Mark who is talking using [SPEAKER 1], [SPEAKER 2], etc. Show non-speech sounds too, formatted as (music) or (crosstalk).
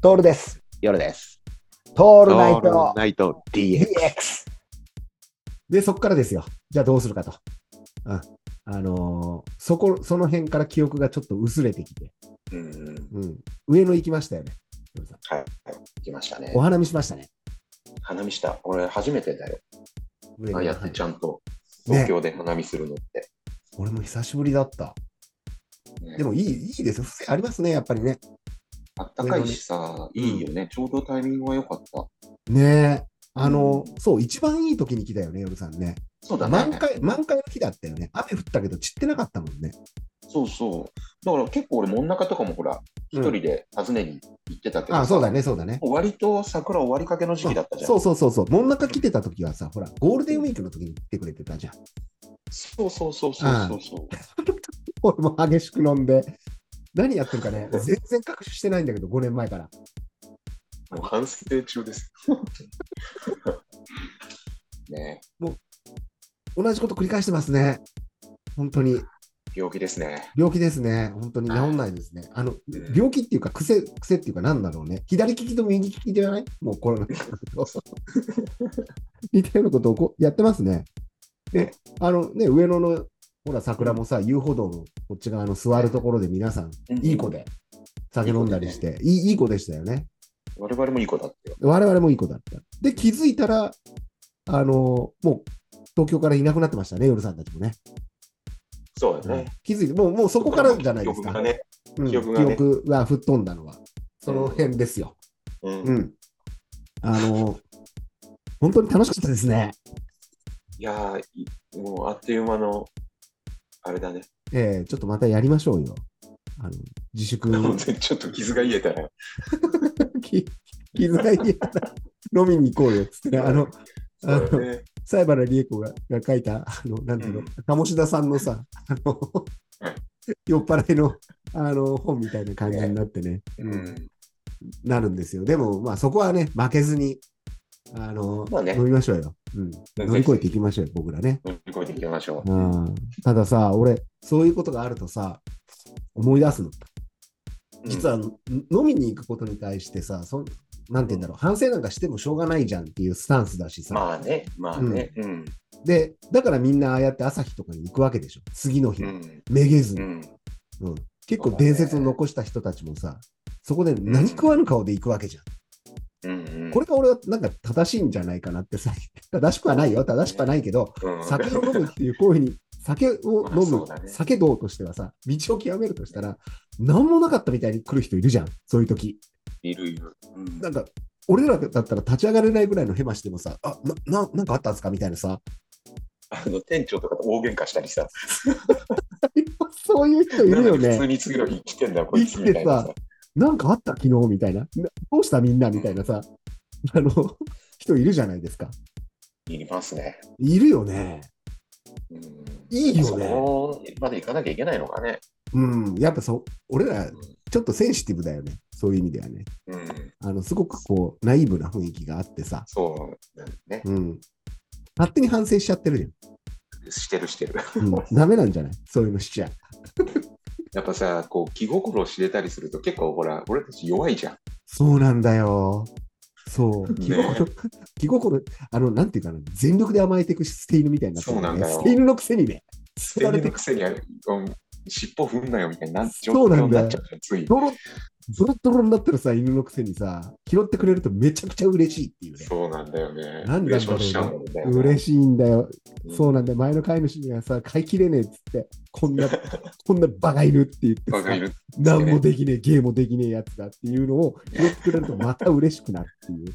[SPEAKER 1] トールです。
[SPEAKER 2] 夜です。
[SPEAKER 1] ト
[SPEAKER 2] オ
[SPEAKER 1] ールナイト
[SPEAKER 2] ナイト DX。
[SPEAKER 1] DX。で、そこからですよ。じゃあどうするかと。うん。あのーそこ、その辺から記憶がちょっと薄れてきて、
[SPEAKER 2] うん、
[SPEAKER 1] うん。上野行きましたよね。ヒロさん
[SPEAKER 2] はい、行きましたね
[SPEAKER 1] お。花見しましたね。
[SPEAKER 2] 花見した。俺、初めてだよ。
[SPEAKER 1] 上
[SPEAKER 2] あ
[SPEAKER 1] 野
[SPEAKER 2] あ
[SPEAKER 1] の
[SPEAKER 2] やってちゃんと、
[SPEAKER 1] ね
[SPEAKER 2] 東京で花見するのって。
[SPEAKER 1] 俺も久しぶりだった。
[SPEAKER 2] ね
[SPEAKER 1] でもいい、いいですよ。風情ありますね、やっぱりね。
[SPEAKER 2] あったかいしさ、いいよね。ちょうどタイミングは良かった。
[SPEAKER 1] ねえ。あのーそう、一番いい時に来たよね、夜さんね。
[SPEAKER 2] そうだね。
[SPEAKER 1] 満開、満開の日だったよね。雨降ったけど散ってなかったもんね。
[SPEAKER 2] そうそう。だから結構俺、真ん中とかもほら、一人で訪ねに行ってたけど、
[SPEAKER 1] あ、そうだ。ね、そうだね。
[SPEAKER 2] 割と桜終わりかけの時期だったじゃん。
[SPEAKER 1] そうそうそうそう。真ん中来てた時はさ、ほら、ゴールデンウィークの時に来てくれてたじゃん。 (laughs)
[SPEAKER 2] そうそうそうそうそう。
[SPEAKER 1] 俺も激しく飲んで。何やってるかね、全然隠ししてないんだけど、5年前から。
[SPEAKER 2] もう反省中です。 (laughs) ね
[SPEAKER 1] 同じこと繰り返してますね。本当に。
[SPEAKER 2] 病気ですね。
[SPEAKER 1] 病気ですね。本当に治んないですね。あの、
[SPEAKER 2] ん
[SPEAKER 1] 病気っていうか、癖、癖っていうか何だろうね。左利きと右利きではないもうコロナ。似たようなことをこうやってますね。で、あのね、上野の、ほら、桜もさ、遊歩道のこっち側の座るところで皆さん、いい子で酒飲んだりして、いいいい子でしたよね。
[SPEAKER 2] 我々もいい子だってよ。
[SPEAKER 1] 我々もいい子だった。で、気づいたら、あのもう東京からいなくなってましたね、夜さんたちもね。
[SPEAKER 2] そうだね。
[SPEAKER 1] 気づいて、もうもうそこからじゃないです
[SPEAKER 2] 記
[SPEAKER 1] か。
[SPEAKER 2] 憶がね。
[SPEAKER 1] うん
[SPEAKER 2] 記憶がね
[SPEAKER 1] 記憶が吹っ飛んだのは、その辺ですよ。
[SPEAKER 2] うん
[SPEAKER 1] う
[SPEAKER 2] い
[SPEAKER 1] ん。あの本当に楽しかったですね。
[SPEAKER 2] やー、いもうあっという間の、あれだね。
[SPEAKER 1] えーちょっとまたやりましょうよ。あの自
[SPEAKER 2] (laughs)
[SPEAKER 1] 粛
[SPEAKER 2] ちょっと傷が癒えたら、
[SPEAKER 1] き気遣いに飲みに行こうよっつってね、あの、あ
[SPEAKER 2] そう
[SPEAKER 1] の
[SPEAKER 2] だね。
[SPEAKER 1] 西原理恵子がが書いた、あの、なんていうの、
[SPEAKER 2] うん
[SPEAKER 1] 鴨志田さんのさ、あ (laughs) の
[SPEAKER 2] はい、
[SPEAKER 1] 酔っ払いの、あの、本みたいな感じになってね、
[SPEAKER 2] う
[SPEAKER 1] うん
[SPEAKER 2] ん。
[SPEAKER 1] なるんですよ。でも、まあ、そこはね、負けずに、あの、
[SPEAKER 2] まあね
[SPEAKER 1] 飲みましょうよ。うん。乗り越えていきましょうよ、僕らね。
[SPEAKER 2] 乗り越えていきましょう。
[SPEAKER 1] うん。たださ、俺、そういうことがあるとさ、思い出すの。実
[SPEAKER 2] は、
[SPEAKER 1] は、飲みに行くことに対してさ、そんなんて言うんだろう、反省なんかしてもしょうがないじゃんっていうスタンスだしさ。
[SPEAKER 2] まあね、まあね。うん。
[SPEAKER 1] で、だからみんなああやって朝日とかに行くわけでしょ。次の日、
[SPEAKER 2] うん。
[SPEAKER 1] めげず
[SPEAKER 2] う
[SPEAKER 1] に、
[SPEAKER 2] ん。
[SPEAKER 1] うん結構伝説を残した人たちもさ、そこで何食わぬ顔で行くわけじゃん。
[SPEAKER 2] うん。
[SPEAKER 1] これが俺はなんか正しいんじゃないかなってさ、 (laughs) 正しくはないよ、正しくはないけど、
[SPEAKER 2] うん、
[SPEAKER 1] 酒を飲むっていう行為に、酒
[SPEAKER 2] (laughs)
[SPEAKER 1] を飲
[SPEAKER 2] そ
[SPEAKER 1] む
[SPEAKER 2] うだ、ね
[SPEAKER 1] 酒道としてはさ、道を極めるとしたら、何もなかったみたいに来る人いるじゃん、そういう時
[SPEAKER 2] いるいる。うん
[SPEAKER 1] なんか、俺らだったら立ち上がれないぐらいのヘマしてもさ、あ、な、ななんかあったんですかみたいなさ、 (laughs)
[SPEAKER 2] あの店長とかと大喧嘩したりさ、
[SPEAKER 1] そういう人いるよ
[SPEAKER 2] なのに
[SPEAKER 1] ね
[SPEAKER 2] 普通。に次の日来てんだよ、こいつ
[SPEAKER 1] 生きて
[SPEAKER 2] みたいなさ。
[SPEAKER 1] なんかあった昨日みたいな。などうしたみんなみたいなさ、あの、人いるじゃないですか。
[SPEAKER 2] いりますね。
[SPEAKER 1] いるよね。
[SPEAKER 2] うん、
[SPEAKER 1] いいよ
[SPEAKER 2] そ
[SPEAKER 1] ね。
[SPEAKER 2] こまで行かなきゃいけないのかね。
[SPEAKER 1] うん。やっぱそう、俺ら、ちょっとセンシティブだよね。そういう意味ではね。
[SPEAKER 2] うん、
[SPEAKER 1] あの、すごくこう、ナイーブな雰囲気があってさ。
[SPEAKER 2] そうなんね。
[SPEAKER 1] うん。勝手に反省しちゃってる
[SPEAKER 2] してるしてる。 (laughs)
[SPEAKER 1] じゃん。うん。ダメなんじゃないそういうのしちゃ。
[SPEAKER 2] やっぱさ、こう気心を知れたりすると結構ほら、俺たち弱いじゃん。
[SPEAKER 1] そうなんだよ。そう。
[SPEAKER 2] ね
[SPEAKER 1] 気心、気心、あの、なんていうかな、全力で甘えていく捨て犬みたいになってるね
[SPEAKER 2] そうなんだよ
[SPEAKER 1] 捨て犬のくせにね。捨
[SPEAKER 2] 捨
[SPEAKER 1] て
[SPEAKER 2] て
[SPEAKER 1] られ
[SPEAKER 2] 身
[SPEAKER 1] て
[SPEAKER 2] のくせにあれ、うん、尻尾踏んなよみたいな、
[SPEAKER 1] そうなんだよ
[SPEAKER 2] 状況になっちゃうじゃんつい。
[SPEAKER 1] ドロ、ドロドロになったらさ、犬のくせにさ、拾ってくれるとめちゃくちゃ嬉しいっていうね。
[SPEAKER 2] そうなんだよね。
[SPEAKER 1] なん
[SPEAKER 2] で
[SPEAKER 1] だ
[SPEAKER 2] し
[SPEAKER 1] ろうね
[SPEAKER 2] しちゃうんだよね、
[SPEAKER 1] 嬉しいんだよ。
[SPEAKER 2] うん
[SPEAKER 1] そうなんだよ。前の飼い主にはさ、飼いきれねえっつって、こんな、
[SPEAKER 2] (laughs)
[SPEAKER 1] こんなバカ犬って言って
[SPEAKER 2] バカい
[SPEAKER 1] さ、
[SPEAKER 2] る。
[SPEAKER 1] 何もできねえ、芸もできねえやつだっていうのを拾ってくれるとまた嬉しくなるっていう。